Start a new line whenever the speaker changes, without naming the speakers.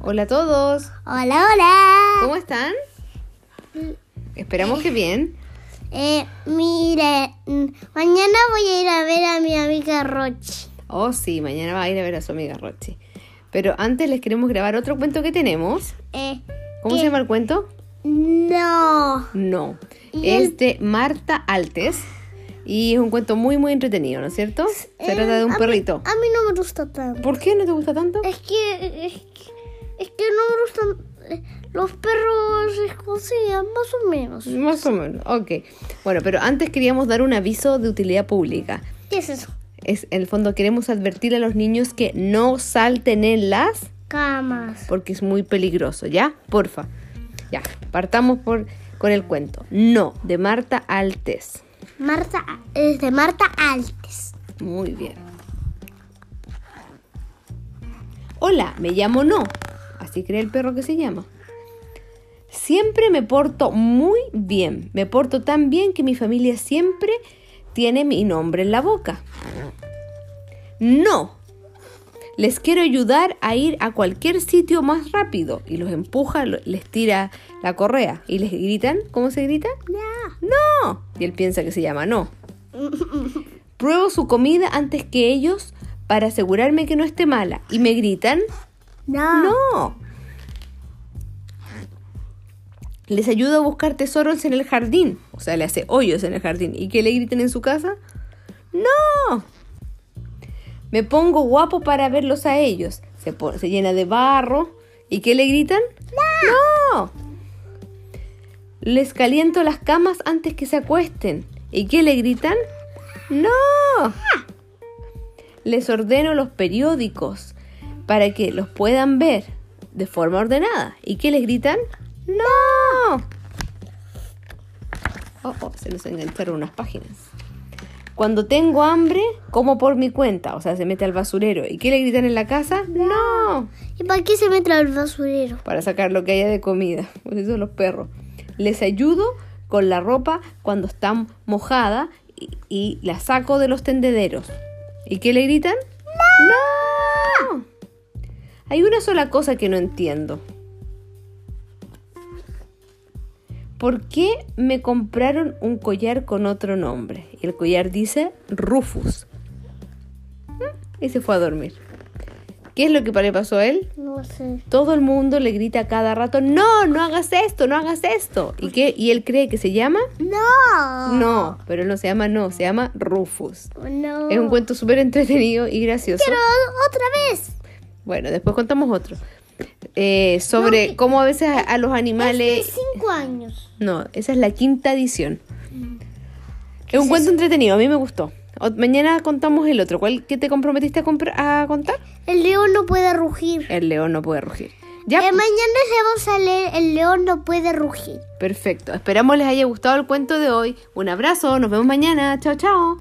Hola a todos,
Hola, hola.
¿cómo están?
Mm.
Esperamos que bien.
Eh, mire, mm, mañana voy a ir a ver a mi amiga Rochi.
Oh, sí, mañana va a ir a ver a su amiga Rochi. Pero antes les queremos grabar otro cuento que tenemos.
Eh,
¿Cómo se llama el cuento?
no.
No.
Y
Es de Marta Altes y es un cuento muy, muy entretenido, ¿no es cierto? Se
Eh,
trata de
a
un
mí-
perrito.
A Eh. mí no me gusta tanto.
¿Por qué no te gusta tanto?
Es que, es que, es que no me gustan eh, los perros escoceses, más o menos.
Más o menos, ok. Bueno, pero antes queríamos dar un aviso de utilidad pública.
¿Qué es eso?
Es, en el fondo queremos advertir a los niños que no salten en las
Camas.
porque es muy peligroso, ¿ya? Porfa. Ya, partamos por, con el cuento. No, de Marta Altes.
Marta, es de Marta Altes.
Muy bien. Hola, me llamo No. Así cree el perro que se llama. Siempre me porto muy bien. Me porto tan bien que mi familia siempre tiene mi nombre en la boca. No. Les quiero ayudar a ir a cualquier sitio más rápido. Y los empuja, lo- les tira la correa. Y les gritan. ¿Cómo se grita?
Ya.
¡No! Y él piensa que se llama No. Pruebo su comida antes que ellos para asegurarme que no esté mala. Y me gritan,
No.
¡No! Les ayudo a buscar tesoros en el jardín. O sea, le hace hoyos en el jardín. ¿Y que le griten en su casa? ¡No! Me pongo guapo para verlos a ellos. Se, po- se llena de barro. ¿Y que le gritan? ¡No! Les caliento las camas antes que se acuesten. ¿Y que le gritan? ¡No! Les ordeno los periódicos para que los puedan ver de forma ordenada. ¿Y qué les gritan? ¡No! Oh, oh, se nos engancharon unas páginas. Cuando tengo hambre, como por mi cuenta. O sea, se mete al basurero. ¿Y qué le gritan en la casa? ¡No!
¿Y para qué se mete al basurero?
Para sacar lo que haya de comida. Pues eso son los perros. Les ayudo con la ropa cuando está mojada y, y la saco de los tendederos. ¿Y qué le gritan? ¡No! Hay una sola cosa que no entiendo. ¿Por qué me compraron un collar con otro nombre? Y el collar dice Rufus. ¿Mm? Y se fue a dormir. ¿Qué es lo que le pasó a él?
No sé.
Todo el mundo le grita a cada rato, no, no hagas esto, no hagas esto. ¿Y, qué? ¿Y él cree que se llama?
No.
No, pero él no se llama no, se llama Rufus.
No.
Es un cuento súper entretenido y gracioso.
Pero otra vez.
Bueno, después contamos otro. Eh, sobre cómo a veces a, a los
Este Es
animales...
de cinco años.
No, esa es la quinta edición.
Mm.
Es un cuento entretenido, a mí me gustó. O- mañana contamos el otro. ¿Cuál que te comprometiste a, compr- a contar?
El león no puede rugir.
El león no puede rugir. Ya, pues.
Eh, mañana se vamos a leer El león no puede rugir.
Perfecto. Esperamos les haya gustado el cuento de hoy. Un abrazo. Nos vemos mañana. Chao, chao.